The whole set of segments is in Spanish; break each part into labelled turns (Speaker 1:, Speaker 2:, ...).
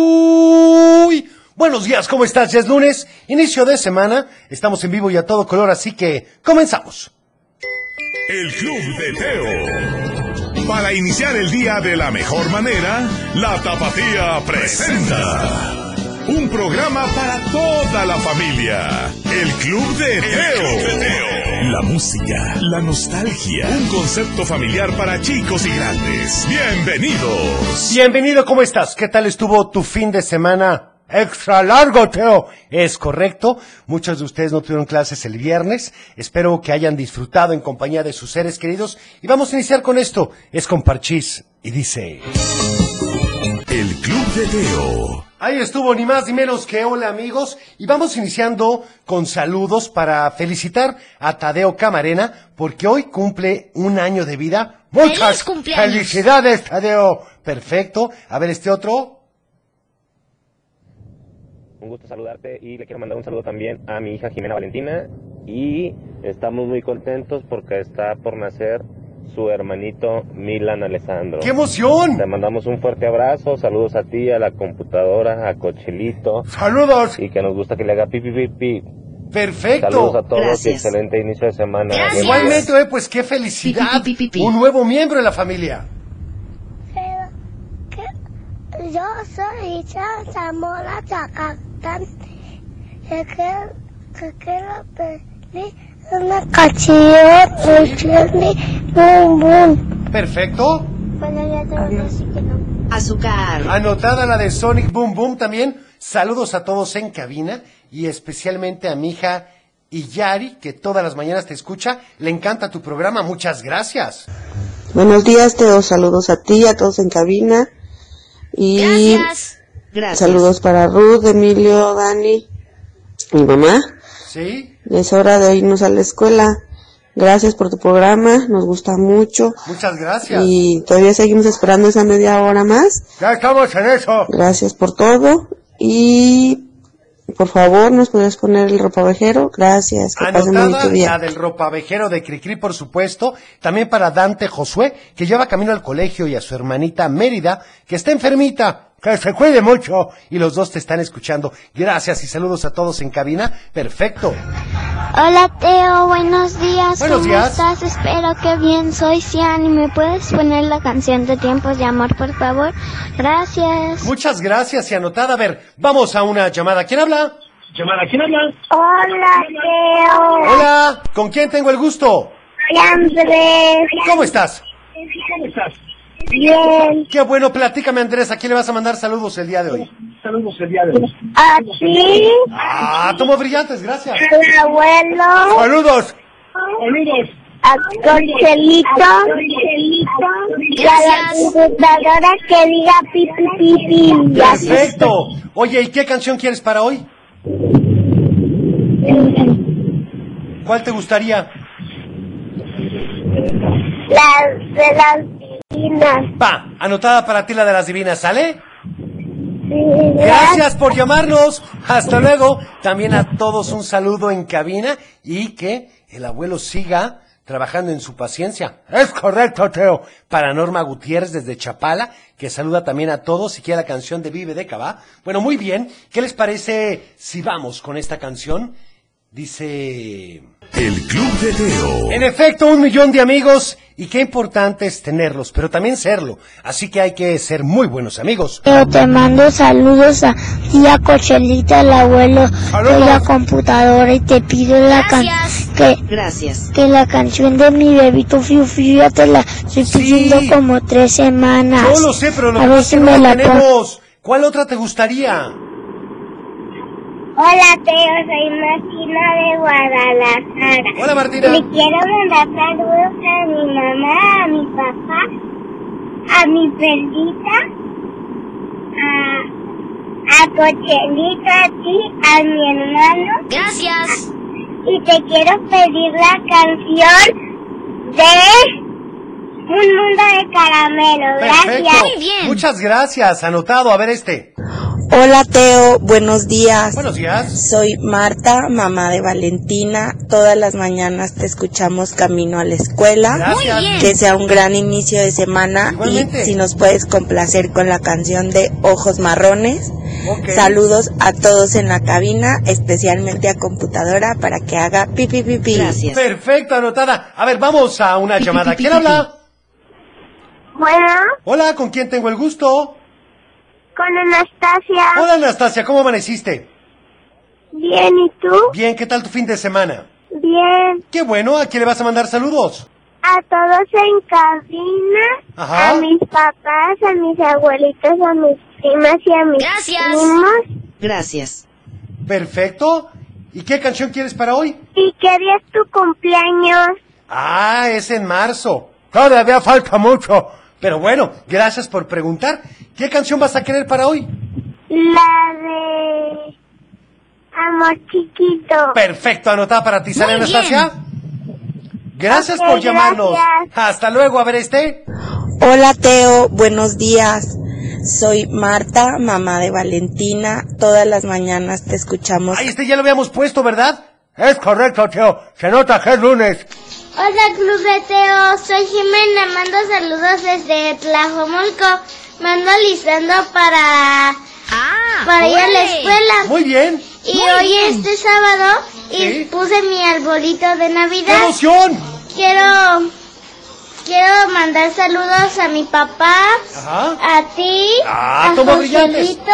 Speaker 1: Muy buenos días, ¿cómo estás? Ya es lunes, inicio de semana, estamos en vivo y a todo color, así que comenzamos.
Speaker 2: El Club de Teo. Para iniciar el día de la mejor manera, la Tapatía presenta un programa para toda la familia. El Club de Teo. La música, la nostalgia, un concepto familiar para chicos y grandes. Bienvenidos.
Speaker 1: Bienvenido, ¿cómo estás? ¿Qué tal estuvo tu fin de semana? Extra largo, Teo. Es correcto. Muchos de ustedes no tuvieron clases el viernes. Espero que hayan disfrutado en compañía de sus seres queridos. Y vamos a iniciar con esto. Es con Parchís. Y dice...
Speaker 2: El Club de Teo.
Speaker 1: Ahí estuvo ni más ni menos que hola amigos y vamos iniciando con saludos para felicitar a Tadeo Camarena porque hoy cumple un año de vida. Muchas
Speaker 3: ¡Feliz cumpleaños!
Speaker 1: felicidades Tadeo. Perfecto. A ver este otro.
Speaker 4: Un gusto saludarte y le quiero mandar un saludo también a mi hija Jimena Valentina y estamos muy contentos porque está por nacer su hermanito Milan Alessandro.
Speaker 1: ¡Qué emoción!
Speaker 4: Te mandamos un fuerte abrazo, saludos a ti, a la computadora, a Cochelito
Speaker 1: Saludos.
Speaker 4: y que nos gusta que le haga pipi pipi. Saludos a
Speaker 1: Perfecto.
Speaker 4: todos
Speaker 3: Gracias.
Speaker 4: y excelente inicio de semana.
Speaker 3: Gracias.
Speaker 1: Igualmente, eh, pues qué felicidad.
Speaker 3: Pi, pi, pi, pi, pi.
Speaker 1: Un nuevo miembro de la familia.
Speaker 5: Pero que yo soy Isa Zamora Zacatán. Que quiero, que quiero pedir una canción de Shirley Bum Bum.
Speaker 1: Perfecto.
Speaker 5: Bueno, ya tengo así que no.
Speaker 3: Azúcar.
Speaker 1: Anotada la de Sonic Boom Boom también. Saludos a todos en cabina y especialmente a mi hija Iyari, que todas las mañanas te escucha. Le encanta tu programa, muchas gracias.
Speaker 6: Buenos días, Teo. Saludos a ti, a todos en cabina. Y
Speaker 3: Gracias. Gracias.
Speaker 6: saludos para Ruth, Emilio, Dani, mi mamá.
Speaker 1: ¿Sí?
Speaker 6: Ya Es hora de irnos a la escuela. Gracias por tu programa, nos gusta mucho.
Speaker 1: Muchas gracias.
Speaker 6: Y todavía seguimos esperando esa media hora más.
Speaker 1: Ya estamos en eso.
Speaker 6: Gracias por todo. Y por favor, nos podrías poner el ropavejero. Gracias, que pasen
Speaker 1: Anotada
Speaker 6: bonito día.
Speaker 1: la del ropavejero de Cricri, por supuesto. También para Dante Josué, que lleva camino al colegio, y a su hermanita Mérida, que está enfermita. Que se cuide mucho. Y los dos te están escuchando. Gracias y saludos a todos en cabina. Perfecto.
Speaker 5: Hola Teo, buenos días.
Speaker 1: Buenos
Speaker 5: ¿Cómo
Speaker 1: días.
Speaker 5: estás? Espero que bien. Soy Cian y me puedes poner la canción de Tiempos de Amor, por favor. Gracias.
Speaker 1: Muchas gracias y anotada. A ver, vamos a una llamada. ¿Quién habla?
Speaker 5: Hola Teo,
Speaker 1: Hola, ¿con quién tengo el gusto?
Speaker 5: soy Andrés.
Speaker 1: ¿Cómo estás?
Speaker 5: Bien.
Speaker 1: Qué bueno, platícame Andrés, ¿a quién le vas a mandar saludos el día de hoy?
Speaker 5: A ti,
Speaker 1: Ah, tomo brillantes, gracias.
Speaker 5: al abuelo,
Speaker 1: Saludos.
Speaker 5: a Conchelito, y a la computadora que diga pipi pipi.
Speaker 1: Perfecto. Oye, ¿y qué canción quieres para hoy? ¿Cuál te gustaría?
Speaker 5: Las de las divinas.
Speaker 1: Va, anotada para ti la de las divinas, ¿sale?
Speaker 5: Gracias.
Speaker 1: Gracias por llamarnos. Hasta luego. También a todos un saludo en cabina y que el abuelo siga trabajando en su paciencia. Es correcto, Teo. Para Norma Gutiérrez desde Chapala, que saluda también a todos y quiere la canción de Vive de Cabá. Bueno, muy bien. ¿Qué les parece si vamos con esta canción? Dice...
Speaker 2: El Club de Teo.
Speaker 1: En efecto, un millón de amigos y qué importante es tenerlos, pero también serlo. Así que hay que ser muy buenos amigos.
Speaker 5: Yo te mando saludos a tía Cochelita, al abuelo de la computadora y te pido la can
Speaker 3: Gracias.
Speaker 5: que,
Speaker 3: Gracias.
Speaker 5: que la canción de mi bebito Fiu Fiu ya te la estoy
Speaker 1: Sí.
Speaker 5: pidiendo como tres semanas.
Speaker 1: Yo lo sé, pero lo
Speaker 5: A
Speaker 1: que
Speaker 5: ver
Speaker 1: pasa
Speaker 5: si
Speaker 1: es que
Speaker 5: me
Speaker 1: no
Speaker 5: la pones.
Speaker 1: tenemos. ¿Cuál otra te gustaría?
Speaker 5: Hola Teo, soy Martina de Guadalajara.
Speaker 1: Hola, Martina.
Speaker 5: Le quiero mandar saludos a mi mamá, a mi papá, a mi perrita, a, a Cochelito, a ti, a mi hermano.
Speaker 3: Gracias.
Speaker 5: Y te quiero pedir la canción de Un Mundo de Caramelo. Gracias.
Speaker 1: Perfecto.
Speaker 3: Muy bien.
Speaker 1: Muchas gracias. Anotado. A ver este.
Speaker 7: Hola Teo, buenos días.
Speaker 1: Buenos días.
Speaker 7: Soy Marta, mamá de Valentina. Todas las mañanas te escuchamos camino a la escuela.
Speaker 1: Gracias.
Speaker 7: Que sea un gran inicio de semana
Speaker 1: Igualmente.
Speaker 7: y si nos puedes complacer con la canción de Ojos Marrones.
Speaker 1: Ok.
Speaker 7: Saludos a todos en la cabina, especialmente a computadora para que haga pipi pipi.
Speaker 3: Gracias.
Speaker 1: Perfecto, anotada. A ver, vamos a una llamada. ¿Quién habla?
Speaker 5: Bueno,
Speaker 1: Hola, ¿con quién tengo el gusto?
Speaker 5: con Anastasia.
Speaker 1: Hola, Anastasia, ¿cómo amaneciste?
Speaker 5: Bien, ¿y tú?
Speaker 1: Bien, ¿qué tal tu fin de semana?
Speaker 5: Bien.
Speaker 1: Qué bueno, ¿a quién le vas a mandar saludos?
Speaker 5: A todos en cabina,
Speaker 1: Ajá.
Speaker 5: a mis papás, a mis abuelitos, a mis primas y a mis
Speaker 3: Gracias.
Speaker 5: primos.
Speaker 3: Gracias.
Speaker 1: Perfecto. ¿Y qué canción quieres para hoy?
Speaker 5: ¿Y qué día es tu cumpleaños?
Speaker 1: Ah, es en marzo. Todavía falta mucho. Pero bueno, gracias por preguntar. ¿Qué canción vas a querer para hoy?
Speaker 5: La de Amor Chiquito.
Speaker 1: Perfecto, anotada para ti, Sara Anastasia. Gracias
Speaker 5: Ok,
Speaker 1: por llamarnos.
Speaker 5: gracias.
Speaker 1: Hasta luego, a ver este.
Speaker 7: Hola Teo, buenos días. Soy Marta, mamá de Valentina. Todas las mañanas te escuchamos.
Speaker 1: Ahí este ya lo habíamos puesto, ¿verdad? Es correcto, tío. Se nota que es lunes.
Speaker 5: Hola Club de Teo, soy Jimena, mando saludos desde Tlajomulco, mando listando para,
Speaker 3: Ah,
Speaker 5: para ir a la
Speaker 3: órale.
Speaker 5: escuela.
Speaker 1: Muy bien.
Speaker 5: Y hoy este sábado y
Speaker 1: Sí.
Speaker 5: puse mi arbolito de
Speaker 1: ¡Qué
Speaker 5: Navidad.
Speaker 1: emoción!
Speaker 5: Quiero quiero mandar saludos a mi papá,
Speaker 1: Ajá.
Speaker 5: a ti,
Speaker 1: Ah,
Speaker 5: a
Speaker 1: toma brillantes.
Speaker 5: Joselito,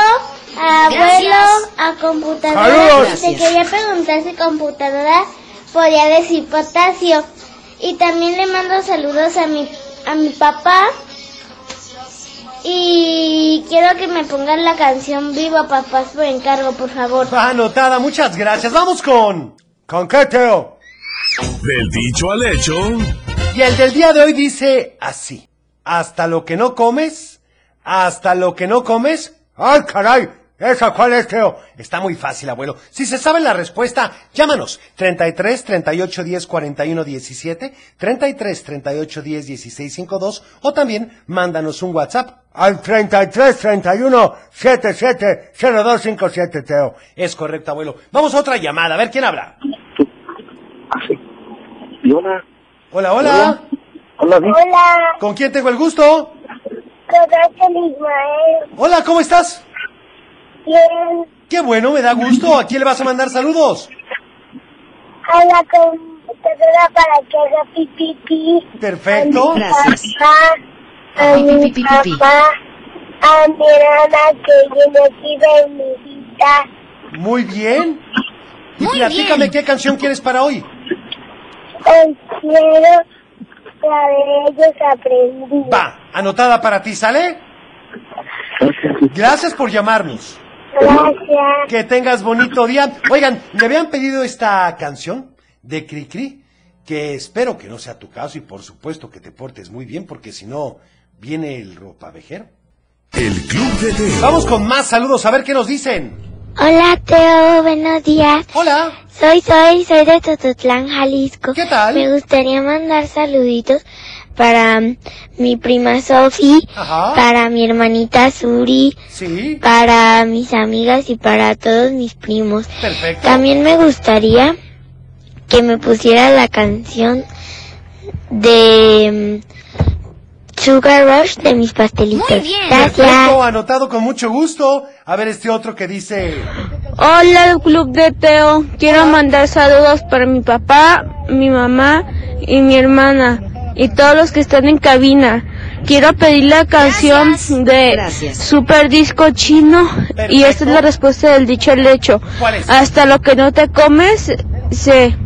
Speaker 5: a abuelo,
Speaker 3: Gracias.
Speaker 5: a
Speaker 1: Saludos.
Speaker 5: computadora. Y Te
Speaker 3: Gracias.
Speaker 5: quería preguntar si computadora podía decir potasio. Y también le mando saludos a mi a mi papá. Y quiero que me pongan la canción Viva Papás por encargo, por favor.
Speaker 1: Anotada, muchas gracias. Vamos con. ¿Con qué, Teo?
Speaker 2: Del dicho al hecho,
Speaker 1: Y el del día de hoy dice así: Hasta lo que no comes, hasta lo que no comes. ¡Ay, caray! ¿Esa cuál es, Teo? Está muy fácil, abuelo. Si se sabe la respuesta, llámanos. 33 38 10 41 17, 33 38 10 16 52, o también mándanos un WhatsApp al 33 31 77 02 57, Teo. Es correcto, abuelo. Vamos a otra llamada, a ver quién habla.
Speaker 8: Y hola,
Speaker 1: Hola, hola.
Speaker 8: hola, Vic.
Speaker 5: Hola,
Speaker 1: ¿Con quién tengo el gusto?
Speaker 5: soy el Ismael.
Speaker 1: Hola, ¿cómo estás?
Speaker 5: Bien,
Speaker 1: Qué bueno, me da gusto. ¿A quién le vas a mandar saludos?
Speaker 5: a la computadora para que haga pipipi.
Speaker 1: Perfecto.
Speaker 3: Gracias.
Speaker 5: papá, a
Speaker 3: Pi,
Speaker 5: mi
Speaker 3: pi, pi, pi, pi.
Speaker 5: papá, a mi hermana que viene aquí de mi cita,
Speaker 1: Muy bien. Y
Speaker 3: Muy
Speaker 1: platícame
Speaker 3: bien.
Speaker 1: qué canción quieres para hoy.
Speaker 5: hoy Pues quiero la de ellos aprendí.
Speaker 1: Va, anotada para ti, ¿sale? Gracias por llamarnos.
Speaker 5: Gracias.
Speaker 1: Que tengas bonito día. Oigan, me habían pedido esta canción de Cricri, que espero que no sea tu caso y por supuesto que te portes muy bien, porque si no, viene el ropavejero.
Speaker 2: el Club de Teo.
Speaker 1: Vamos con más saludos, a ver qué nos dicen.
Speaker 5: Hola Teo, buenos días.
Speaker 1: Hola.
Speaker 5: Soy Soy, soy de Tototlán, Jalisco.
Speaker 1: ¿Qué tal?
Speaker 5: Me gustaría mandar saluditos para mm, mi prima Sofi,
Speaker 1: Ajá.
Speaker 5: para mi hermanita Suri,
Speaker 1: Sí.
Speaker 5: para mis amigas y para todos mis primos.
Speaker 1: Perfecto.
Speaker 5: También me gustaría que me pusiera la canción de mm, Sugar Rush de mis pastelitos. Gracias.
Speaker 1: Perfecto, anotado con mucho gusto. A ver este otro que dice...
Speaker 9: Hola Club de Teo, quiero mandar saludos para mi papá, mi mamá y mi hermana y todos los que están en cabina. Quiero pedir la canción
Speaker 3: Gracias.
Speaker 9: de
Speaker 3: Gracias.
Speaker 9: Super Disco Chino y esta es
Speaker 1: Perfecto.
Speaker 9: la respuesta del dicho al hecho.
Speaker 1: ¿Cuál es?
Speaker 9: Hasta lo que no te comes se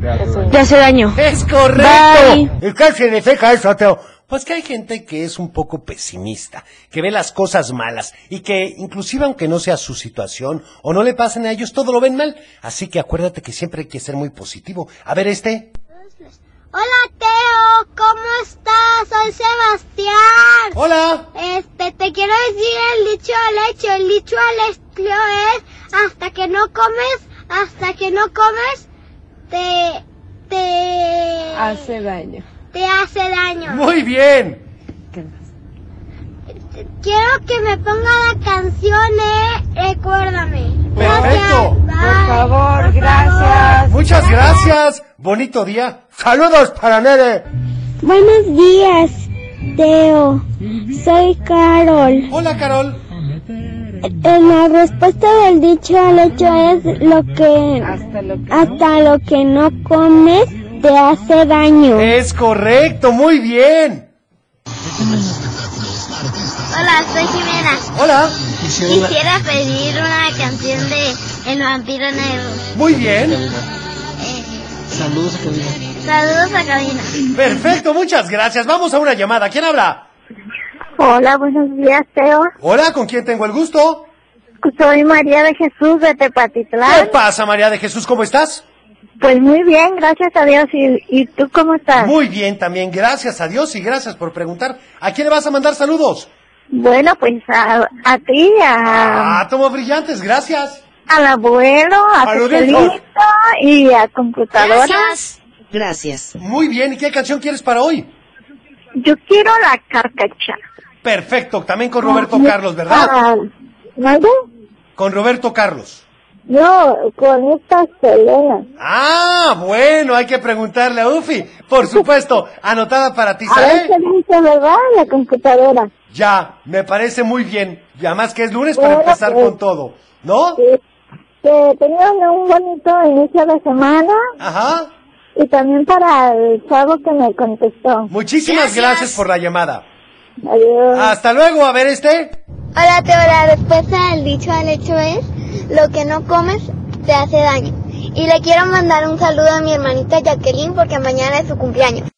Speaker 9: te hace daño.
Speaker 1: Es correcto.
Speaker 9: Bye.
Speaker 1: ¿Y qué significa eso, Teo? Pues que hay gente que es un poco pesimista, que ve las cosas malas y que inclusive aunque no sea su situación o no le pasen a ellos, todo lo ven mal. Así que acuérdate que siempre hay que ser muy positivo. A ver este.
Speaker 5: Hola Teo, ¿cómo estás? Soy Sebastián.
Speaker 1: Hola.
Speaker 5: Este, te quiero decir el dicho al hecho. El dicho al hecho es hasta que no comes, hasta que no comes, te, te,
Speaker 9: Hace daño.
Speaker 5: te hace daño.
Speaker 1: Muy bien.
Speaker 5: Quiero que me ponga la canción, eh, Recuérdame.
Speaker 1: Perfecto.
Speaker 5: Gracias, bye.
Speaker 8: favor, gracias.
Speaker 1: Muchas gracias. Bonito día. Saludos para Nere.
Speaker 5: Buenos días, Teo. Soy Carol.
Speaker 1: Hola, Carol.
Speaker 5: En la respuesta del dicho al hecho es lo que
Speaker 8: Hasta lo que no.
Speaker 5: hasta lo que no comes te hace daño.
Speaker 1: Es correcto. Muy bien.
Speaker 5: Hola, soy Jimena.
Speaker 1: Hola.
Speaker 5: Quisiera pedir una canción de El Vampiro Negro. Eh,
Speaker 1: Muy bien.
Speaker 5: Saludos a Cabina.
Speaker 1: Perfecto. Muchas gracias. Vamos a una llamada. ¿Quién habla?
Speaker 5: Hola, buenos días, Teo.
Speaker 1: Hola, ¿con quién tengo el gusto?
Speaker 5: Soy María de Jesús de
Speaker 1: ¿Qué
Speaker 5: Tepatitlán.
Speaker 1: pasa, María de Jesús? ¿Cómo estás?
Speaker 5: Pues muy bien, gracias a Dios. ¿Y, y tú cómo estás?
Speaker 1: Muy bien también. Gracias a Dios y gracias por preguntar. ¿A quién le vas a mandar saludos?
Speaker 5: Bueno, pues a, a ti, a,
Speaker 1: A Átomos Brillantes. Gracias.
Speaker 5: al abuelo, a tu
Speaker 1: Saluditos.
Speaker 5: abuelito y a computadora.
Speaker 3: Gracias. Gracias.
Speaker 1: Muy bien. ¿Y qué canción quieres para hoy?
Speaker 5: Yo quiero la carcacha.
Speaker 1: Perfecto. También con Roberto Carlos, ¿verdad?
Speaker 5: Ah, ¿Mande?
Speaker 1: Con Roberto Carlos.
Speaker 5: No, con esta Selena.
Speaker 1: Ah, bueno, hay que preguntarle a Ufi. Por supuesto, anotada para ti,
Speaker 5: A ver
Speaker 1: ¿sabes?
Speaker 5: qué dice, ¿verdad? La computadora.
Speaker 1: Ya, me parece muy bien. Y además que es lunes para
Speaker 5: Bueno,
Speaker 1: empezar
Speaker 5: pues.
Speaker 1: con todo, ¿no?
Speaker 5: Que, que tengan un bonito inicio de semana
Speaker 1: Ajá.
Speaker 5: y también para el chavo que me contestó.
Speaker 1: Muchísimas gracias, por la llamada.
Speaker 5: Adiós.
Speaker 1: Hasta luego, a ver este.
Speaker 5: Hola, Teo. La respuesta del dicho al hecho es: lo que no comes te hace daño. Y le quiero mandar un saludo a mi hermanita Jacqueline porque mañana es su cumpleaños.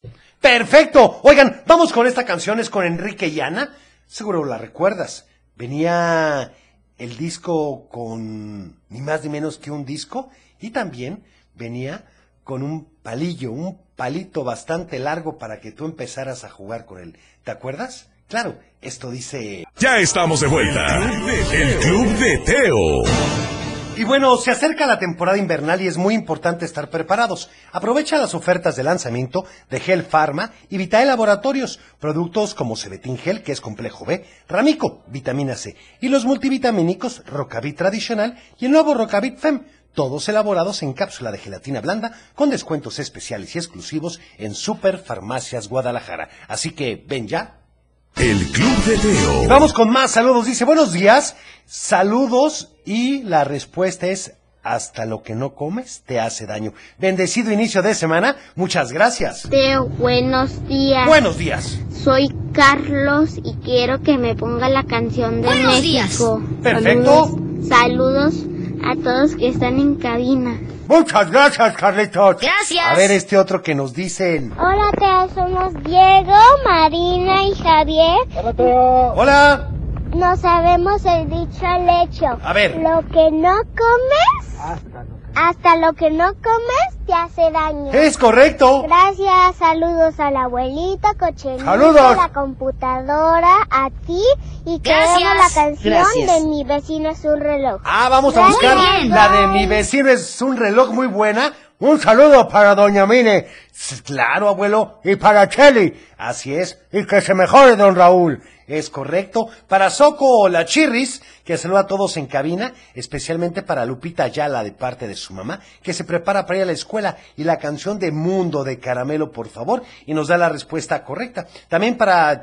Speaker 1: Perfecto. Oigan, vamos con esta canción, es con Enrique y Ana. Seguro la recuerdas. Venía el disco con ni más ni menos que un disco y también venía con un palillo, un palito bastante largo para que tú empezaras a jugar con él. ¿Te acuerdas? Claro, esto dice...
Speaker 2: Ya estamos de vuelta. El Club de Teo.
Speaker 1: Y bueno, se acerca la temporada invernal y es muy importante estar preparados. Aprovecha las ofertas de lanzamiento de Gel Pharma y Vitae Laboratorios, productos como Cebetin Gel, que es complejo B, Ramico, vitamina C, y los multivitamínicos Rocavit Tradicional y el nuevo Rocavit Fem, todos elaborados en cápsula de gelatina blanda con descuentos especiales y exclusivos en Superfarmacias Guadalajara. Así que ven ya
Speaker 2: El Club de Teo.
Speaker 1: Vamos con más saludos. Dice, buenos días, saludos y la respuesta es, hasta lo que no comes te hace daño. Bendecido inicio de semana, muchas gracias.
Speaker 5: Teo, buenos días.
Speaker 1: Buenos días.
Speaker 5: Soy Carlos y quiero que me ponga la canción de
Speaker 3: Buenos días.
Speaker 5: México.
Speaker 1: Perfecto.
Speaker 5: Saludos, saludos a todos que están en cabina.
Speaker 1: Muchas gracias, Carlitos.
Speaker 3: Gracias.
Speaker 1: A ver este otro que nos dicen.
Speaker 5: Hola, Teo, somos Diego, Marina y Javier.
Speaker 1: Hola.
Speaker 5: No sabemos el dicho al hecho.
Speaker 1: A ver.
Speaker 5: Lo que no comes, hasta lo que no comes te hace daño.
Speaker 1: Es correcto.
Speaker 5: Gracias, saludos a la abuelita, cochinita,
Speaker 1: Saludos.
Speaker 5: la computadora, a ti y queremos la
Speaker 3: Gracias.
Speaker 5: canción
Speaker 3: Gracias.
Speaker 5: de mi vecino es un reloj.
Speaker 1: Ah, vamos a
Speaker 5: Muy
Speaker 1: buscar
Speaker 5: bien.
Speaker 1: la de mi vecino. Es un reloj muy buena. Un saludo para Doña Mine. S- Claro, abuelo. Y para Cheli. Así es. Y que se mejore, don Raúl. Es correcto. Para Soco, la Chirris, que saluda a todos en cabina, especialmente para Lupita Ayala de parte de su mamá, que se prepara para ir a la escuela. Y la canción de Mundo de Caramelo, por favor. Y nos da la respuesta correcta. También para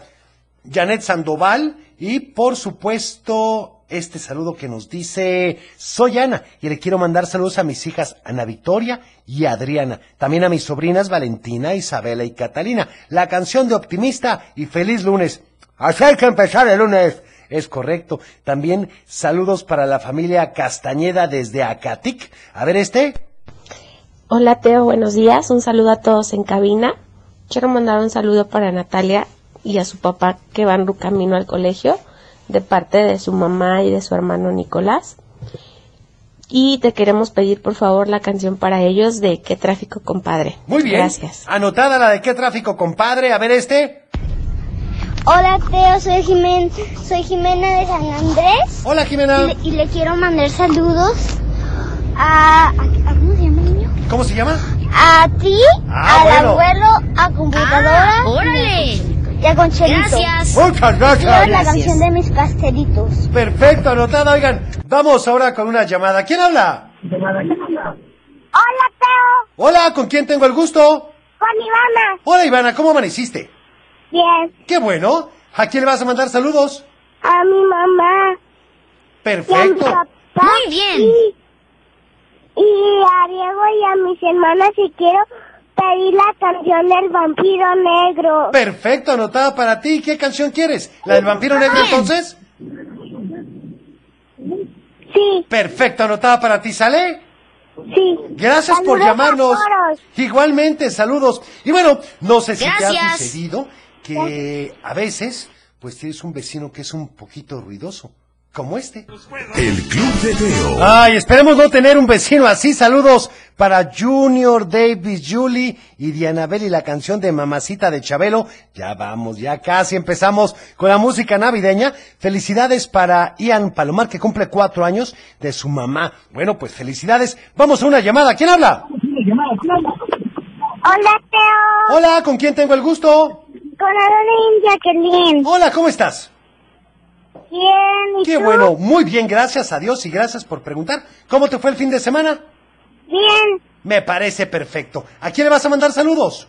Speaker 1: Janet Sandoval y por supuesto este saludo que nos dice soy Ana y le quiero mandar saludos a mis hijas Ana Victoria y Adriana, también a mis sobrinas Valentina, Isabela y Catalina. La canción de Optimista y feliz lunes. Así hay que empezar el lunes. Es correcto. También saludos para la familia Castañeda desde Acatic. A ver este.
Speaker 10: Hola Teo, buenos días. Un saludo a todos en cabina. Quiero mandar un saludo para Natalia y a su papá que van camino al colegio de parte de su mamá y de su hermano Nicolás. Y te queremos pedir por favor la canción para ellos de Qué tráfico, compadre.
Speaker 1: Muy bien.
Speaker 10: Gracias.
Speaker 1: Anotada la de qué tráfico, compadre. A ver este.
Speaker 5: Hola Teo, soy, Jimen- soy Jimena de San Andrés
Speaker 1: Hola
Speaker 5: y
Speaker 1: Jimena.
Speaker 5: le, y le quiero mandar saludos a, a- a- ¿cómo se llama el niño?
Speaker 1: ¿Cómo se llama?
Speaker 5: A ti,
Speaker 1: Ah,
Speaker 5: al
Speaker 1: bueno.
Speaker 5: abuelo, a computadora.
Speaker 3: ¡Órale!
Speaker 5: Ya con Chelito.
Speaker 1: Muchas gracias.
Speaker 5: Quiero la canción de mis pastelitos.
Speaker 1: Perfecto, anotada. Oigan, vamos ahora con una llamada. ¿Quién habla?
Speaker 5: Hola, Teo.
Speaker 1: Hola, ¿con quién tengo el gusto?
Speaker 5: Con Ivana.
Speaker 1: Hola, Ivana, ¿cómo amaneciste?
Speaker 5: Bien.
Speaker 1: Qué bueno. ¿A quién le vas a mandar saludos?
Speaker 5: A mi mamá. y a mi
Speaker 1: Perfecto.
Speaker 5: papá. Muy bien. Y, y a Diego y a mis hermanas y quiero pedir la canción del vampiro negro.
Speaker 1: Perfecto, anotada para ti. ¿Qué canción quieres? ¿La del vampiro negro entonces?
Speaker 5: Sí.
Speaker 1: Perfecto, anotada para ti, ¿sale?
Speaker 5: Sí.
Speaker 1: Gracias por
Speaker 5: Saludos a
Speaker 1: llamarnos.
Speaker 5: todos.
Speaker 1: Igualmente, saludos. Y bueno, no sé si te ha
Speaker 5: Gracias.
Speaker 1: sucedido que a veces, pues tienes un vecino que es un poquito ruidoso, como este.
Speaker 2: El Club de Teo.
Speaker 1: Ay, esperemos no tener un vecino así. Saludos para Junior, Davis, Julie y Dianabel y la canción de Mamacita de Chabelo. Ya vamos, ya casi empezamos con la música navideña. Felicidades para Ian Palomar que cumple cuatro años de su mamá. Bueno, pues felicidades. Vamos a una llamada. ¿Quién habla?
Speaker 5: Hola, Teo.
Speaker 1: Hola, ¿con quién tengo el gusto?
Speaker 5: Con Adeline Jacqueline.
Speaker 1: Hola, ¿cómo estás?
Speaker 5: Bien. ¿Y
Speaker 1: Qué
Speaker 5: tú?
Speaker 1: bueno, muy bien, gracias a Dios y gracias por preguntar. ¿Cómo te fue el fin de semana?
Speaker 5: Bien.
Speaker 1: Me parece perfecto. ¿A quién le vas a mandar saludos?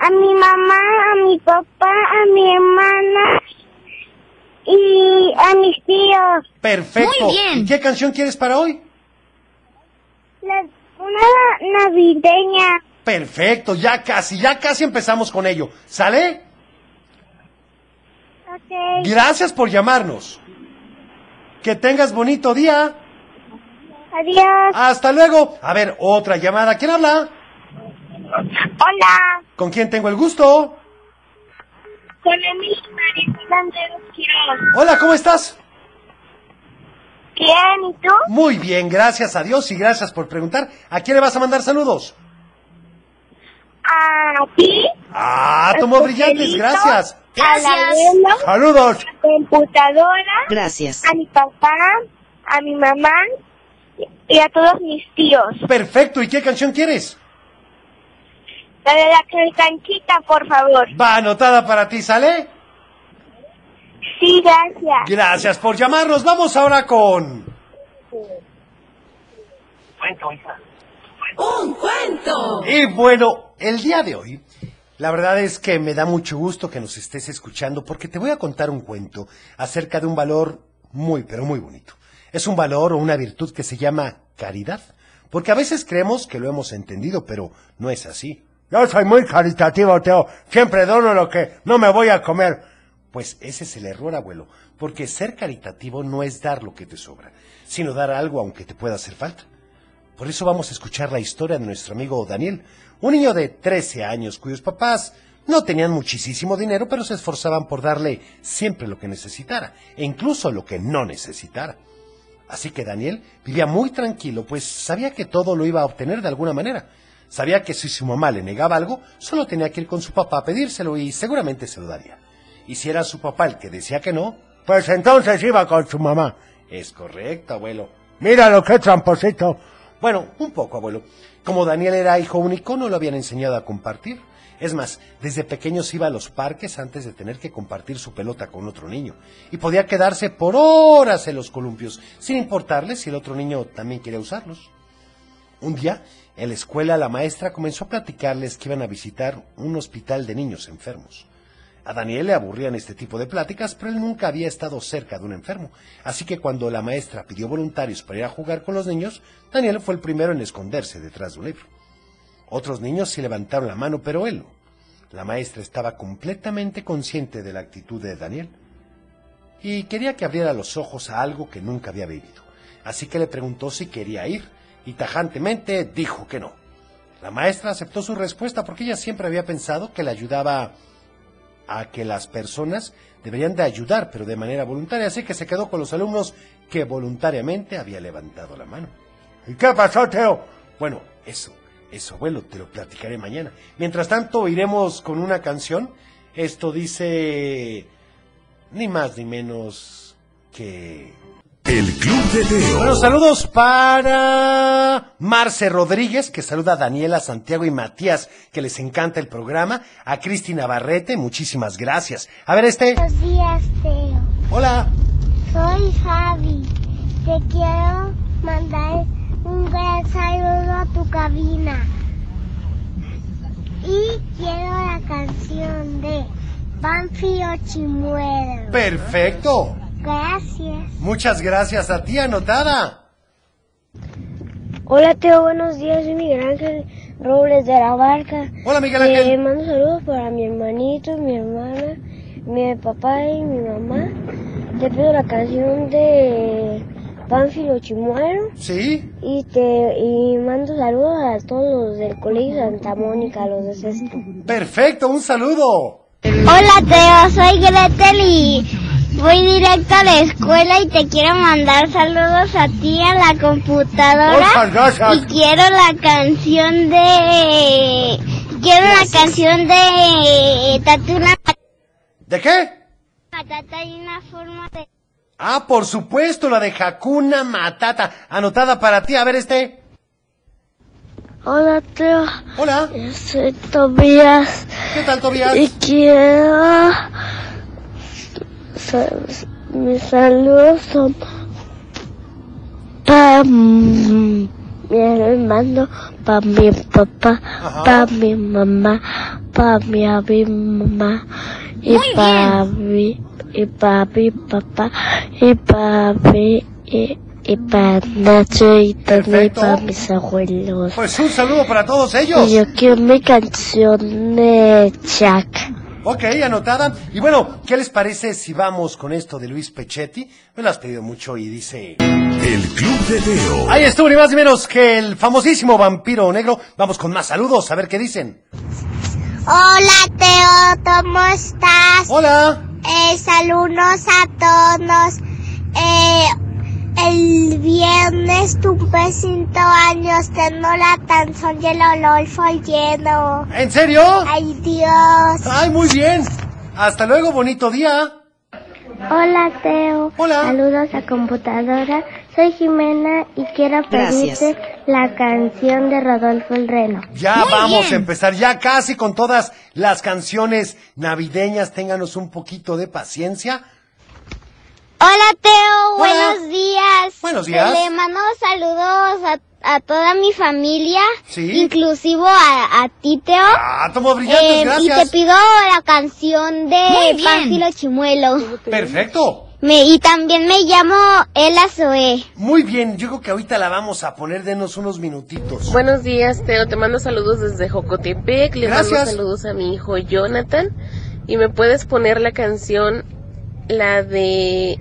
Speaker 5: A mi mamá, a mi papá, a mi hermana y a mis tíos.
Speaker 1: Perfecto.
Speaker 5: Muy bien.
Speaker 1: ¿Y qué canción quieres para hoy?
Speaker 5: La- una navideña.
Speaker 1: Perfecto, ya casi, ya casi empezamos con ello. ¿Sale?
Speaker 5: Ok.
Speaker 1: Gracias por llamarnos. Que tengas bonito día.
Speaker 5: Adiós.
Speaker 1: Hasta luego. A ver, otra llamada. ¿Quién habla?
Speaker 5: Hola.
Speaker 1: ¿Con quién tengo el gusto?
Speaker 5: Con Emily María Landeros Quiroz.
Speaker 1: Hola, ¿cómo estás?
Speaker 5: Bien, ¿y tú?
Speaker 1: Muy bien, gracias a Dios y gracias por preguntar. ¿A quién le vas a mandar saludos?
Speaker 5: A ti.
Speaker 1: Ah, tomó
Speaker 5: tu
Speaker 1: brillantes,
Speaker 5: pelito,
Speaker 1: gracias.
Speaker 5: Al abuelo,
Speaker 1: Saludos.
Speaker 5: a la computadora,
Speaker 3: Gracias.
Speaker 5: a mi papá, a mi mamá y a todos mis tíos.
Speaker 1: Perfecto, ¿y qué canción quieres?
Speaker 5: La de la canchita, por favor.
Speaker 1: Va anotada para ti, ¿sale?
Speaker 5: Sí, gracias.
Speaker 1: Gracias por llamarnos. Vamos ahora con... Y bueno, el día de hoy, la verdad es que me da mucho gusto que nos estés escuchando porque te voy a contar un cuento acerca de un valor muy, pero muy bonito. Es un valor o una virtud que se llama caridad, porque a veces creemos que lo hemos entendido, pero no es así. Yo soy muy caritativo, Teo. Siempre dono lo que no me voy a comer. Pues ese es el error, abuelo, porque ser caritativo no es dar lo que te sobra, sino dar algo aunque te pueda hacer falta. Por eso vamos a escuchar la historia de nuestro amigo Daniel, un niño de 13 años cuyos papás no tenían muchísimo dinero, pero se esforzaban por darle siempre lo que necesitara, e incluso lo que no necesitara. Así que Daniel vivía muy tranquilo, pues sabía que todo lo iba a obtener de alguna manera. Sabía que si su mamá le negaba algo, solo tenía que ir con su papá a pedírselo y seguramente se lo daría. Y si era su papá el que decía que no, pues entonces iba con su mamá. Es correcto, abuelo. Mira lo que tramposito. Bueno, un poco, abuelo. Como Daniel era hijo único, no lo habían enseñado a compartir. Es más, desde pequeños iba a los parques antes de tener que compartir su pelota con otro niño. Y podía quedarse por horas en los columpios, sin importarle si el otro niño también quería usarlos. Un día, en la escuela, la maestra comenzó a platicarles que iban a visitar un hospital de niños enfermos. A Daniel le aburrían este tipo de pláticas, pero él nunca había estado cerca de un enfermo. Así que cuando la maestra pidió voluntarios para ir a jugar con los niños, Daniel fue el primero en esconderse detrás de un libro. Otros niños sí levantaron la mano, pero él no. La maestra estaba completamente consciente de la actitud de Daniel y quería que abriera los ojos a algo que nunca había vivido. Así que le preguntó si quería ir y tajantemente dijo que no. La maestra aceptó su respuesta porque ella siempre había pensado que le ayudaba a que las personas deberían de ayudar, pero de manera voluntaria, así que se quedó con los alumnos que voluntariamente había levantado la mano. ¿Y qué pasó, Teo? Bueno, eso, eso, abuelo, te lo platicaré mañana. Mientras tanto, iremos con una canción. Esto dice ni más ni menos que...
Speaker 2: El Club de Teo.
Speaker 1: Bueno, saludos para Marce Rodríguez, que saluda a Daniela, Santiago y Matías, que les encanta el programa. A Cristina Barrete, muchísimas gracias. A ver, este.
Speaker 5: Buenos días, Teo.
Speaker 1: Hola.
Speaker 5: Soy Javi. Te quiero mandar un gran saludo a tu cabina. Y quiero la canción de Banfio Chimuelo.
Speaker 1: Perfecto.
Speaker 5: Gracias.
Speaker 1: Muchas gracias a ti, anotada.
Speaker 11: Hola Teo, buenos días, soy Miguel Ángel Robles de la Barca.
Speaker 1: Hola Miguel Ángel.
Speaker 11: Eh, mando saludos para mi hermanito, mi hermana, mi papá y mi mamá. Te pido la canción de Pánfilo Chimuelo.
Speaker 1: Sí.
Speaker 11: Y te y mando saludos a todos los del Colegio Santa Mónica, los de sexto.
Speaker 1: Perfecto, un saludo.
Speaker 5: Hola Teo, soy Gretel y voy directo a la escuela y te quiero mandar saludos a ti a la computadora.
Speaker 1: Muchas gracias.
Speaker 5: Y quiero la canción de quiero la canción de Tatu una
Speaker 1: ¿De qué?
Speaker 5: patata y una forma de
Speaker 1: Ah, por supuesto, la de Hakuna Matata. Anotada para ti. A ver, este.
Speaker 11: Hola Teo,
Speaker 1: Hola.
Speaker 11: soy Tobías
Speaker 1: ¿Qué tal, Tobias?
Speaker 11: quiero mis saludos son para mi hermano, para mi papá,
Speaker 1: Ajá.
Speaker 11: para mi mamá, para mi abi- mamá y para mi y para mi papá y para mi y, y para Nacho y también
Speaker 1: Perfecto.
Speaker 11: para mis abuelos.
Speaker 1: Pues un saludo para todos ellos.
Speaker 11: Y yo quiero mi canción de Chuck.
Speaker 1: Ok, anotada. Y bueno, ¿qué les parece si vamos con esto de Luis Pechetti? Me lo has pedido mucho y dice...
Speaker 2: El Club de Teo.
Speaker 1: Ahí estuvo ni más ni menos que el famosísimo vampiro negro. Vamos con más saludos, a ver qué dicen.
Speaker 5: Hola Teo, ¿cómo estás?
Speaker 1: Hola.
Speaker 5: Eh, saludos a todos. Eh, el viernes tuve cinco años, tengo la canción y el olor fue lleno.
Speaker 1: ¿En serio?
Speaker 5: Ay Dios.
Speaker 1: Ay, muy bien. Hasta luego, bonito día.
Speaker 11: Hola Teo.
Speaker 1: Hola.
Speaker 11: Saludos a computadora. Soy Jimena y quiero
Speaker 3: Gracias.
Speaker 11: pedirte la canción de Rodolfo el Reno.
Speaker 1: Ya vamos a empezar, ya casi con todas las canciones navideñas. Ténganos un poquito de paciencia.
Speaker 5: Hola Teo,
Speaker 1: Hola.
Speaker 5: buenos días. Eh,
Speaker 1: Buenos días.
Speaker 5: Le mando saludos a, a toda mi familia,
Speaker 1: Sí.
Speaker 5: inclusivo a, a ti Teo.
Speaker 1: Ah, tomo brillantes,
Speaker 5: Eh, y te
Speaker 1: gracias.
Speaker 5: pido la canción de Pánfilo Chimuelo.
Speaker 1: Perfecto.
Speaker 5: Me, y también me llamo Ela Zoe.
Speaker 1: Muy bien, yo creo que ahorita la vamos a poner, denos unos minutitos.
Speaker 7: Buenos días, Teo. Te mando saludos desde Jocotepec. Le
Speaker 1: Gracias.
Speaker 7: mando saludos a mi hijo Jonathan. Y me puedes poner la canción, la de.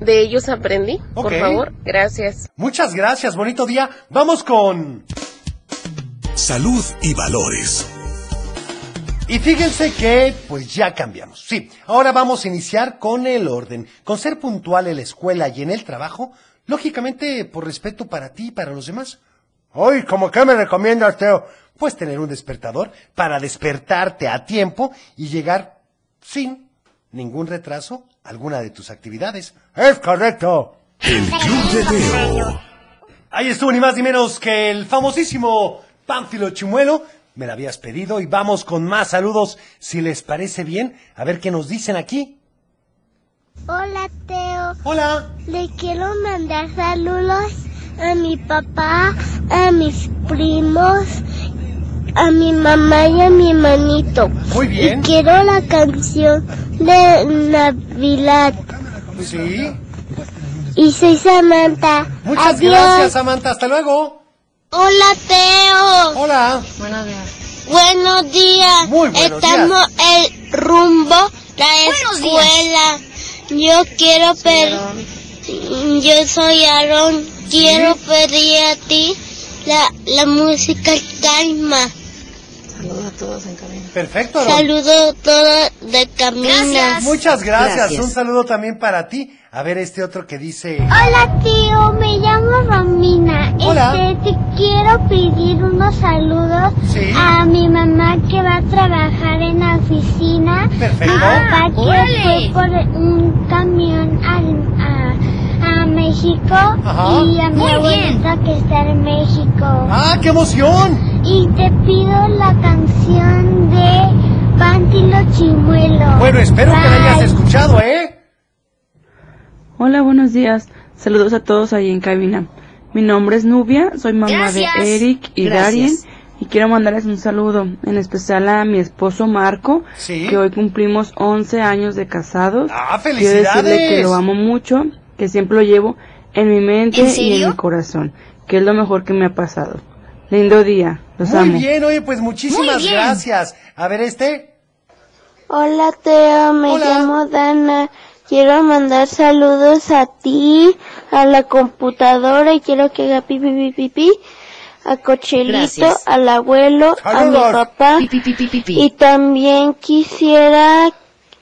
Speaker 7: De ellos aprendí, por
Speaker 1: Ok.
Speaker 7: favor. Gracias.
Speaker 1: Muchas gracias, bonito día. Vamos con...
Speaker 2: Salud y valores.
Speaker 1: Y fíjense que, pues ya cambiamos. Sí, ahora vamos a iniciar con el orden. Con ser puntual en la escuela y en el trabajo, lógicamente por respeto para ti y para los demás. Ay, ¿cómo que me recomiendas, Teo? Pues tener un despertador para despertarte a tiempo y llegar sin ningún retraso a alguna de tus actividades. Es correcto.
Speaker 2: El Club de Teo.
Speaker 1: Ahí estuvo ni más ni menos que el famosísimo Pánfilo Chimuelo. Me lo habías pedido y vamos con más saludos, si les parece bien, a ver qué nos dicen aquí.
Speaker 5: Hola, Teo.
Speaker 1: Hola.
Speaker 5: Le quiero mandar saludos a mi papá, a mis primos, a mi mamá y a mi manito.
Speaker 1: Muy bien.
Speaker 5: Y quiero la canción de Navidad.
Speaker 1: Sí.
Speaker 5: Y soy Samantha.
Speaker 1: Muchas
Speaker 5: Adiós.
Speaker 1: gracias, Samantha. Hasta luego.
Speaker 5: Hola, Teo.
Speaker 1: Hola.
Speaker 5: Buenos días.
Speaker 1: Muy buenos
Speaker 5: Estamos el rumbo, la escuela. Yo quiero pedir, yo soy Aaron, quiero pedir a ti la, la música calma.
Speaker 1: Oh. Perfecto. Aarón.
Speaker 5: Saludo todo de camina.
Speaker 1: Muchas gracias.
Speaker 3: Gracias.
Speaker 1: Un saludo también para ti. A ver este otro que dice...
Speaker 5: Hola tío, me llamo Romina.
Speaker 1: Hola.
Speaker 5: Este, te quiero pedir unos saludos
Speaker 1: Sí.
Speaker 5: a mi mamá que va a trabajar en la oficina. Ah,
Speaker 1: Perfecto.
Speaker 5: Mi papá que fue por un camión al- a,
Speaker 11: México y a mi abuelita que está en México.
Speaker 1: ¡Ah, qué emoción!
Speaker 11: Y te pido la canción de Pántilo Chimuelo.
Speaker 1: Bueno, espero que la hayas
Speaker 11: Bye.
Speaker 1: escuchado, ¿eh?
Speaker 7: Hola, buenos días. Saludos a todos ahí en cabina. Mi nombre es Nubia, soy mamá
Speaker 12: Gracias.
Speaker 7: de Eric y
Speaker 12: Gracias.
Speaker 7: Darien y quiero mandarles un saludo, en especial a mi esposo Marco,
Speaker 1: Sí.
Speaker 7: que hoy cumplimos 11 años de casados.
Speaker 1: ¡Ah,
Speaker 7: Quiero decirle que
Speaker 1: felicidades!
Speaker 7: lo amo mucho, que siempre lo llevo en mi mente
Speaker 1: ¿En
Speaker 7: y
Speaker 1: serio?
Speaker 7: en mi corazón, que es lo mejor que me ha pasado. Lindo día, los
Speaker 1: Muy
Speaker 7: amo.
Speaker 1: bien, oye, pues muchísimas gracias. A ver, este.
Speaker 13: Hola Teo, me llamo Dana. Quiero mandar saludos a ti, a la computadora y quiero que haga pipi pipi pipi, a Cochelito,
Speaker 3: Gracias.
Speaker 13: al abuelo, a mi
Speaker 3: Saludos.
Speaker 13: papá y también quisiera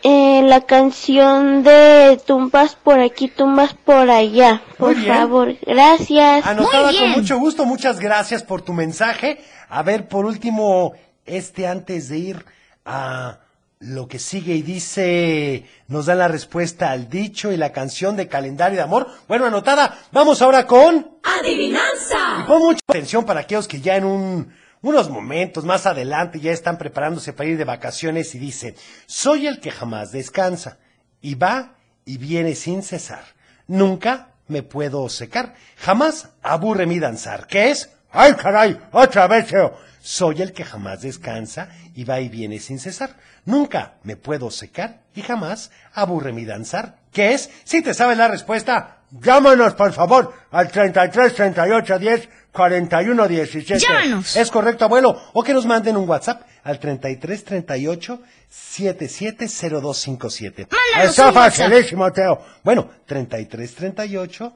Speaker 13: eh, la canción de tumbas por aquí, tumbas por allá. Por
Speaker 1: bien.
Speaker 13: favor, gracias.
Speaker 1: Anotada con mucho gusto, muchas gracias por tu mensaje. A ver, por último, este antes de ir a lo que sigue y dice, nos da la respuesta al dicho y la canción de calendario de amor. Bueno, anotada, vamos ahora con... Y
Speaker 14: Adivinanza.
Speaker 1: pon mucha atención para aquellos que ya en un- unos momentos más adelante ya están preparándose para ir de vacaciones y dice, soy el que jamás descansa y va y viene sin cesar. Nunca me puedo secar, jamás aburre mi danzar. ¿Qué es? ¡Ay, caray! ¡Otra vez, Teo! Soy el que jamás descansa y va y viene sin cesar. Nunca me puedo secar y jamás aburre mi danzar. ¿Qué es? Si te sabes la respuesta, llámanos por favor al 33 38 10 41 17.
Speaker 15: Llámanos.
Speaker 1: Es correcto, abuelo. O que nos manden un WhatsApp al 33 38 77 0257.
Speaker 15: Mándanos
Speaker 1: Está
Speaker 15: un WhatsApp.
Speaker 1: facilísimo, Teo. Bueno, 33 38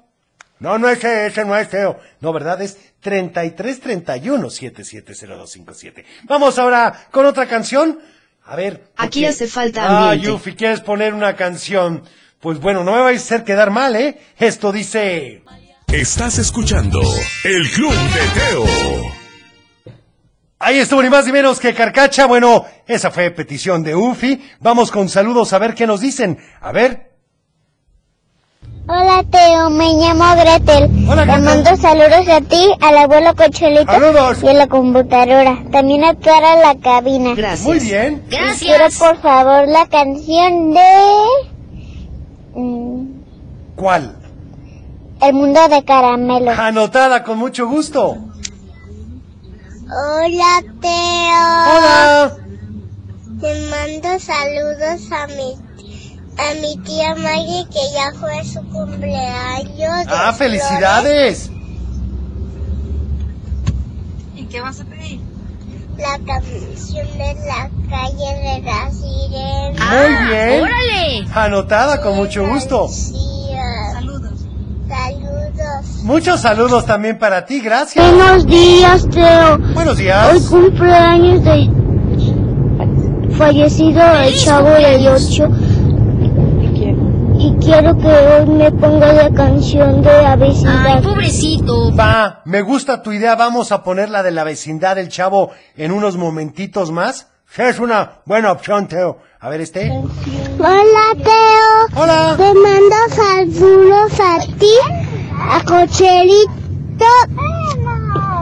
Speaker 1: no, no es ese, no es Teo. No, ¿verdad? Es 3331-770257. Vamos ahora con otra canción. A ver.
Speaker 3: Aquí hace falta
Speaker 1: Ah,
Speaker 3: ambiente.
Speaker 1: Yufi, ¿quieres poner una canción? Pues bueno, no me vais a hacer quedar mal, ¿eh? Esto dice...
Speaker 2: Estás escuchando El Club de Teo.
Speaker 1: Ahí estuvo ni más ni menos que Carcacha. Bueno, esa fue petición de Ufi. Vamos con saludos a ver qué nos dicen. A ver.
Speaker 11: Hola Teo, me llamo Gretel. Te mando saludos a ti, al abuelo Cocholito y a la computadora. También a toda la cabina. Gracias.
Speaker 1: Muy bien.
Speaker 11: Quiero por favor la canción de... mm,
Speaker 1: ¿Cuál?
Speaker 11: El mundo de caramelo.
Speaker 1: Anotada con mucho gusto.
Speaker 5: Hola, Teo.
Speaker 1: Hola.
Speaker 5: Te mando saludos a mi, a mi tía Maggie que ya fue su cumpleaños.
Speaker 1: Ah,
Speaker 5: de
Speaker 1: felicidades.
Speaker 5: flores. ¿Y qué vas a pedir? La canción de la calle de la sirena.
Speaker 1: Muy bien. Anotada con mucho gusto.
Speaker 5: Saludos. Saludos.
Speaker 1: Muchos saludos también para ti, gracias.
Speaker 11: Buenos días, Teo.
Speaker 1: Buenos días.
Speaker 11: Hoy cumpleaños de fallecido el chavo del 8. Y quiero que hoy me ponga la canción de Avecinidad. Ay, pobrecito.
Speaker 1: Va, me gusta tu idea, vamos a poner la de la vecindad del chavo en unos momentitos más. Es una buena opción, Teo. A ver, este.
Speaker 5: Hola, Teo.
Speaker 1: Hola.
Speaker 5: Te mando saludos a ti, a Cocherito,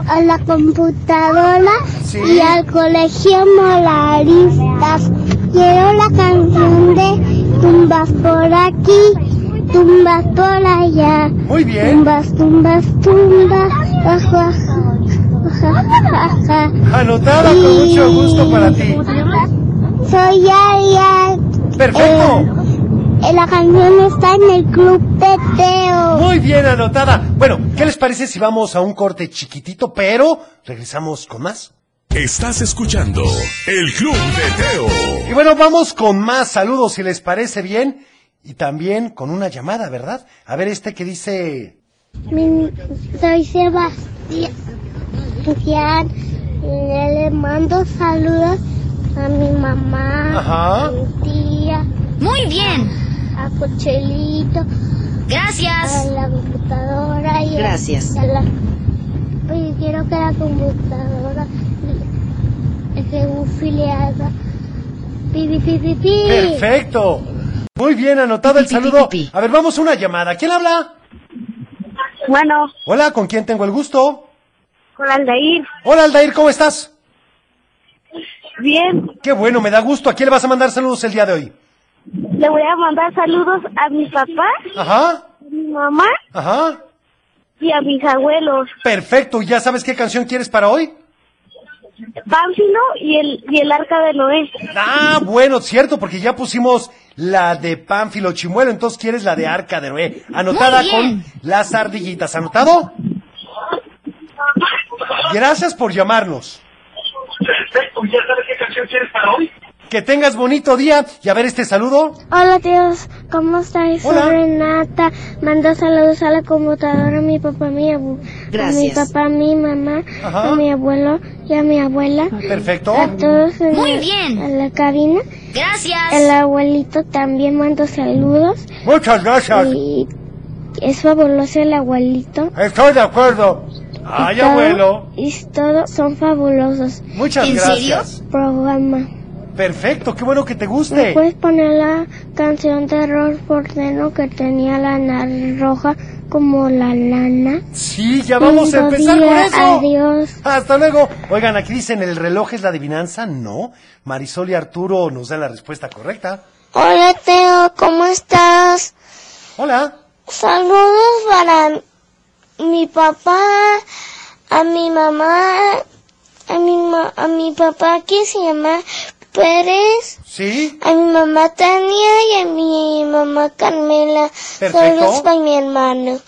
Speaker 5: a la computadora y al colegio Molaristas. Quiero la canción de Tumbas por aquí, tumbas por allá.
Speaker 1: Muy bien.
Speaker 5: Tumbas, tumbas, tumbas. Bajo,
Speaker 1: Anotada con mucho gusto para ti.
Speaker 5: Soy Ariel.
Speaker 1: Perfecto.
Speaker 5: Eh, la canción está en el club de Teo.
Speaker 1: Muy bien anotada. Bueno, ¿qué les parece si vamos a un corte chiquitito, pero regresamos con más?
Speaker 2: Estás escuchando El Club de Teo.
Speaker 1: Y bueno, vamos con más saludos si les parece bien. Y también con una llamada, ¿verdad? A ver, este que dice.
Speaker 5: Mi- soy Sebastián. Le, le mando saludos a mi mamá,
Speaker 1: Ajá.
Speaker 5: a mi tía. Muy bien. A Cochelito. Gracias. A la computadora y a-
Speaker 3: Gracias.
Speaker 5: y A, la, Oye, quiero que la computadora le- que un filiado. Pi, pi, pi, pi, pi.
Speaker 1: Perfecto. Muy bien, anotado el saludo. A ver, vamos a una llamada. ¿Quién habla?
Speaker 16: Bueno,
Speaker 1: Hola, ¿con quién tengo el gusto?
Speaker 16: con Aldair.
Speaker 1: Hola, Aldair, ¿cómo estás?
Speaker 16: Bien,
Speaker 1: Qué bueno, me da gusto. ¿A quién le vas a mandar saludos el día de hoy?
Speaker 16: le voy a mandar saludos a mi papá,
Speaker 1: Ajá,
Speaker 16: a mi mamá
Speaker 1: ajá.
Speaker 16: y a mis abuelos,
Speaker 1: Perfecto, ¿ya sabes qué canción quieres para hoy?
Speaker 16: Pánfilo y el, y el arca de Noé.
Speaker 1: Ah, bueno, cierto, porque ya pusimos la de Pánfilo Chimuelo, entonces quieres la de Arca de Noé, anotada
Speaker 16: Muy
Speaker 1: con
Speaker 16: bien.
Speaker 1: las ardillitas. ¿Anotado? Gracias por llamarnos.
Speaker 17: ¿Ya sabes qué canción quieres para hoy?
Speaker 1: Que tengas bonito día y a ver este saludo.
Speaker 11: Hola Dios, ¿cómo estáis? Soy
Speaker 1: Hola.
Speaker 11: Renata. Manda saludos a la computadora, a mi papá, a mi abu- a mi
Speaker 1: Gracias.
Speaker 11: papá, a mi mamá,
Speaker 1: Ajá.
Speaker 11: a mi abuelo y a mi abuela.
Speaker 1: Perfecto.
Speaker 11: A todos en
Speaker 1: Muy
Speaker 11: la,
Speaker 1: bien.
Speaker 11: en la cabina.
Speaker 1: Gracias.
Speaker 11: El abuelito también manda saludos.
Speaker 1: Muchas gracias.
Speaker 11: Y es fabuloso el abuelito.
Speaker 1: Estoy de acuerdo. Ay,
Speaker 11: Todo-
Speaker 1: abuelo.
Speaker 11: Y todos son fabulosos.
Speaker 1: Muchas ¿En serio? gracias.
Speaker 11: Programa.
Speaker 1: Perfecto, qué bueno que te
Speaker 11: ¿Me
Speaker 1: guste.
Speaker 11: puedes poner la canción de Rolf Porteno que tenía la nariz roja como la lana?
Speaker 1: Sí, ya vamos a
Speaker 11: Lindo
Speaker 1: empezar con
Speaker 11: día,
Speaker 1: eso.
Speaker 11: Adiós.
Speaker 1: Hasta luego. Oigan, aquí dicen, ¿el reloj es la adivinanza? No. Marisol y Arturo nos dan la respuesta correcta.
Speaker 18: Hola Teo, ¿cómo estás?
Speaker 1: Hola.
Speaker 18: Saludos para mi papá, a mi mamá, a mi, ma- a mi papá que se llama Pérez,
Speaker 1: ¿Sí?
Speaker 18: a mi mamá Tania y a mi mamá Carmela.
Speaker 1: Perfecto.
Speaker 18: Saludos para mi hermano.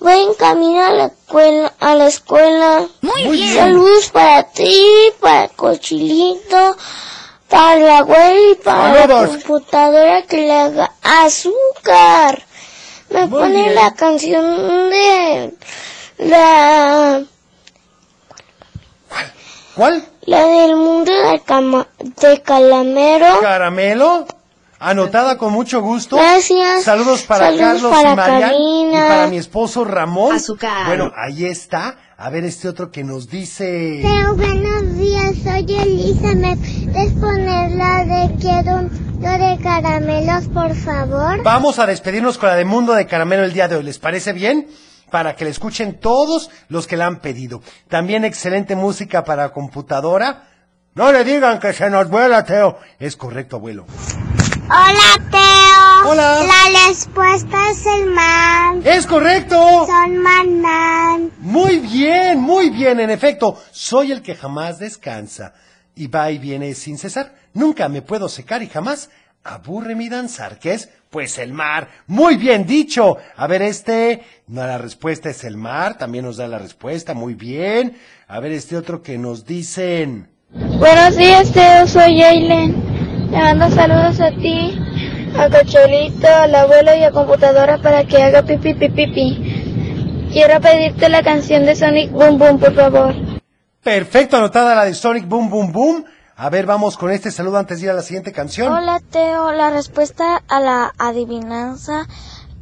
Speaker 18: Voy en camino a la escuela. A la escuela.
Speaker 19: Muy Muy bien. bien.
Speaker 18: Saludos para ti, para Cochilito, para la abuela y para la
Speaker 19: Saludos.
Speaker 18: computadora que le haga azúcar. Me
Speaker 19: Muy
Speaker 18: pone
Speaker 19: bien.
Speaker 18: la canción de la...
Speaker 1: ¿Cuál?
Speaker 18: La del mundo de, cama- de calamero.
Speaker 1: Caramelo, anotada con mucho gusto.
Speaker 18: Gracias.
Speaker 1: Saludos para
Speaker 18: Saludos
Speaker 1: Carlos
Speaker 18: para
Speaker 1: y Marian
Speaker 18: Karina.
Speaker 1: y para mi esposo Ramón. Bueno, ahí está. A ver este otro que nos dice.
Speaker 11: Teo, buenos días, soy Elisa. ¿Me puedes poner la de Quiero un no de caramelos, por favor?
Speaker 1: Vamos a despedirnos con la de Mundo de Caramelo el día de hoy. ¿Les parece bien? Para que la escuchen todos los que la han pedido. También excelente música para computadora. No le digan que se nos vuela, Teo. Es correcto, abuelo.
Speaker 19: Hola, Teo.
Speaker 1: Hola.
Speaker 19: La respuesta es el man.
Speaker 1: ¡Es correcto!
Speaker 19: Son manán.
Speaker 1: Muy bien, muy bien, en efecto, soy el que jamás descansa y va y viene sin cesar. Nunca me puedo secar y jamás aburre mi danzar, que es pues el mar. Muy bien dicho. A ver este, no la respuesta es el mar, también nos da la respuesta, muy bien. A ver este otro que nos dicen.
Speaker 19: Buenos días, Teo. Soy Aileen. Le mando saludos a ti, a Cocholito, al abuelo y a computadora para que haga pipi pipi pipi. Quiero pedirte la canción de Sonic Boom Boom, por favor.
Speaker 1: Perfecto, anotada la de Sonic Boom Boom Boom. A ver, vamos con este saludo antes de ir a la siguiente canción.
Speaker 18: Hola Teo, la respuesta a la adivinanza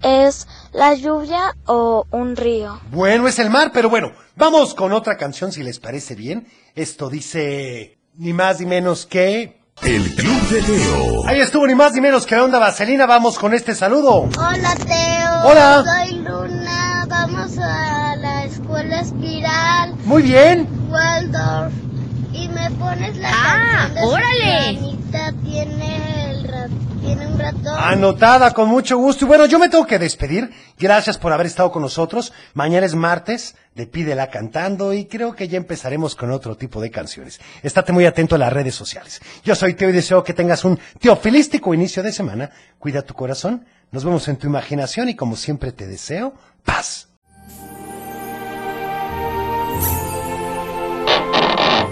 Speaker 18: es la lluvia o un río.
Speaker 1: Bueno, es el mar, pero bueno, vamos con otra canción si les parece bien. Esto dice ni más ni menos que...
Speaker 2: El Club de Teo.
Speaker 1: Ahí estuvo ni más ni menos que la onda vaselina, vamos con este saludo.
Speaker 19: Hola Teo,
Speaker 1: Hola.
Speaker 19: soy Luna, vamos a la escuela espiral,
Speaker 1: Muy bien.
Speaker 19: Waldorf, y me pones la
Speaker 11: Ah,
Speaker 19: canción de
Speaker 11: órale.
Speaker 19: Fulanita tiene, el ra- tiene un ratón.
Speaker 1: Anotada con mucho gusto. Y bueno, yo me tengo que despedir. Gracias por haber estado con nosotros. Mañana es martes de Pídela cantando y creo que ya empezaremos con otro tipo de canciones. Estate muy atento a las redes sociales. Yo soy Teo y deseo que tengas un teofilístico inicio de semana. Cuida tu corazón. Nos vemos en tu imaginación y como siempre te deseo paz.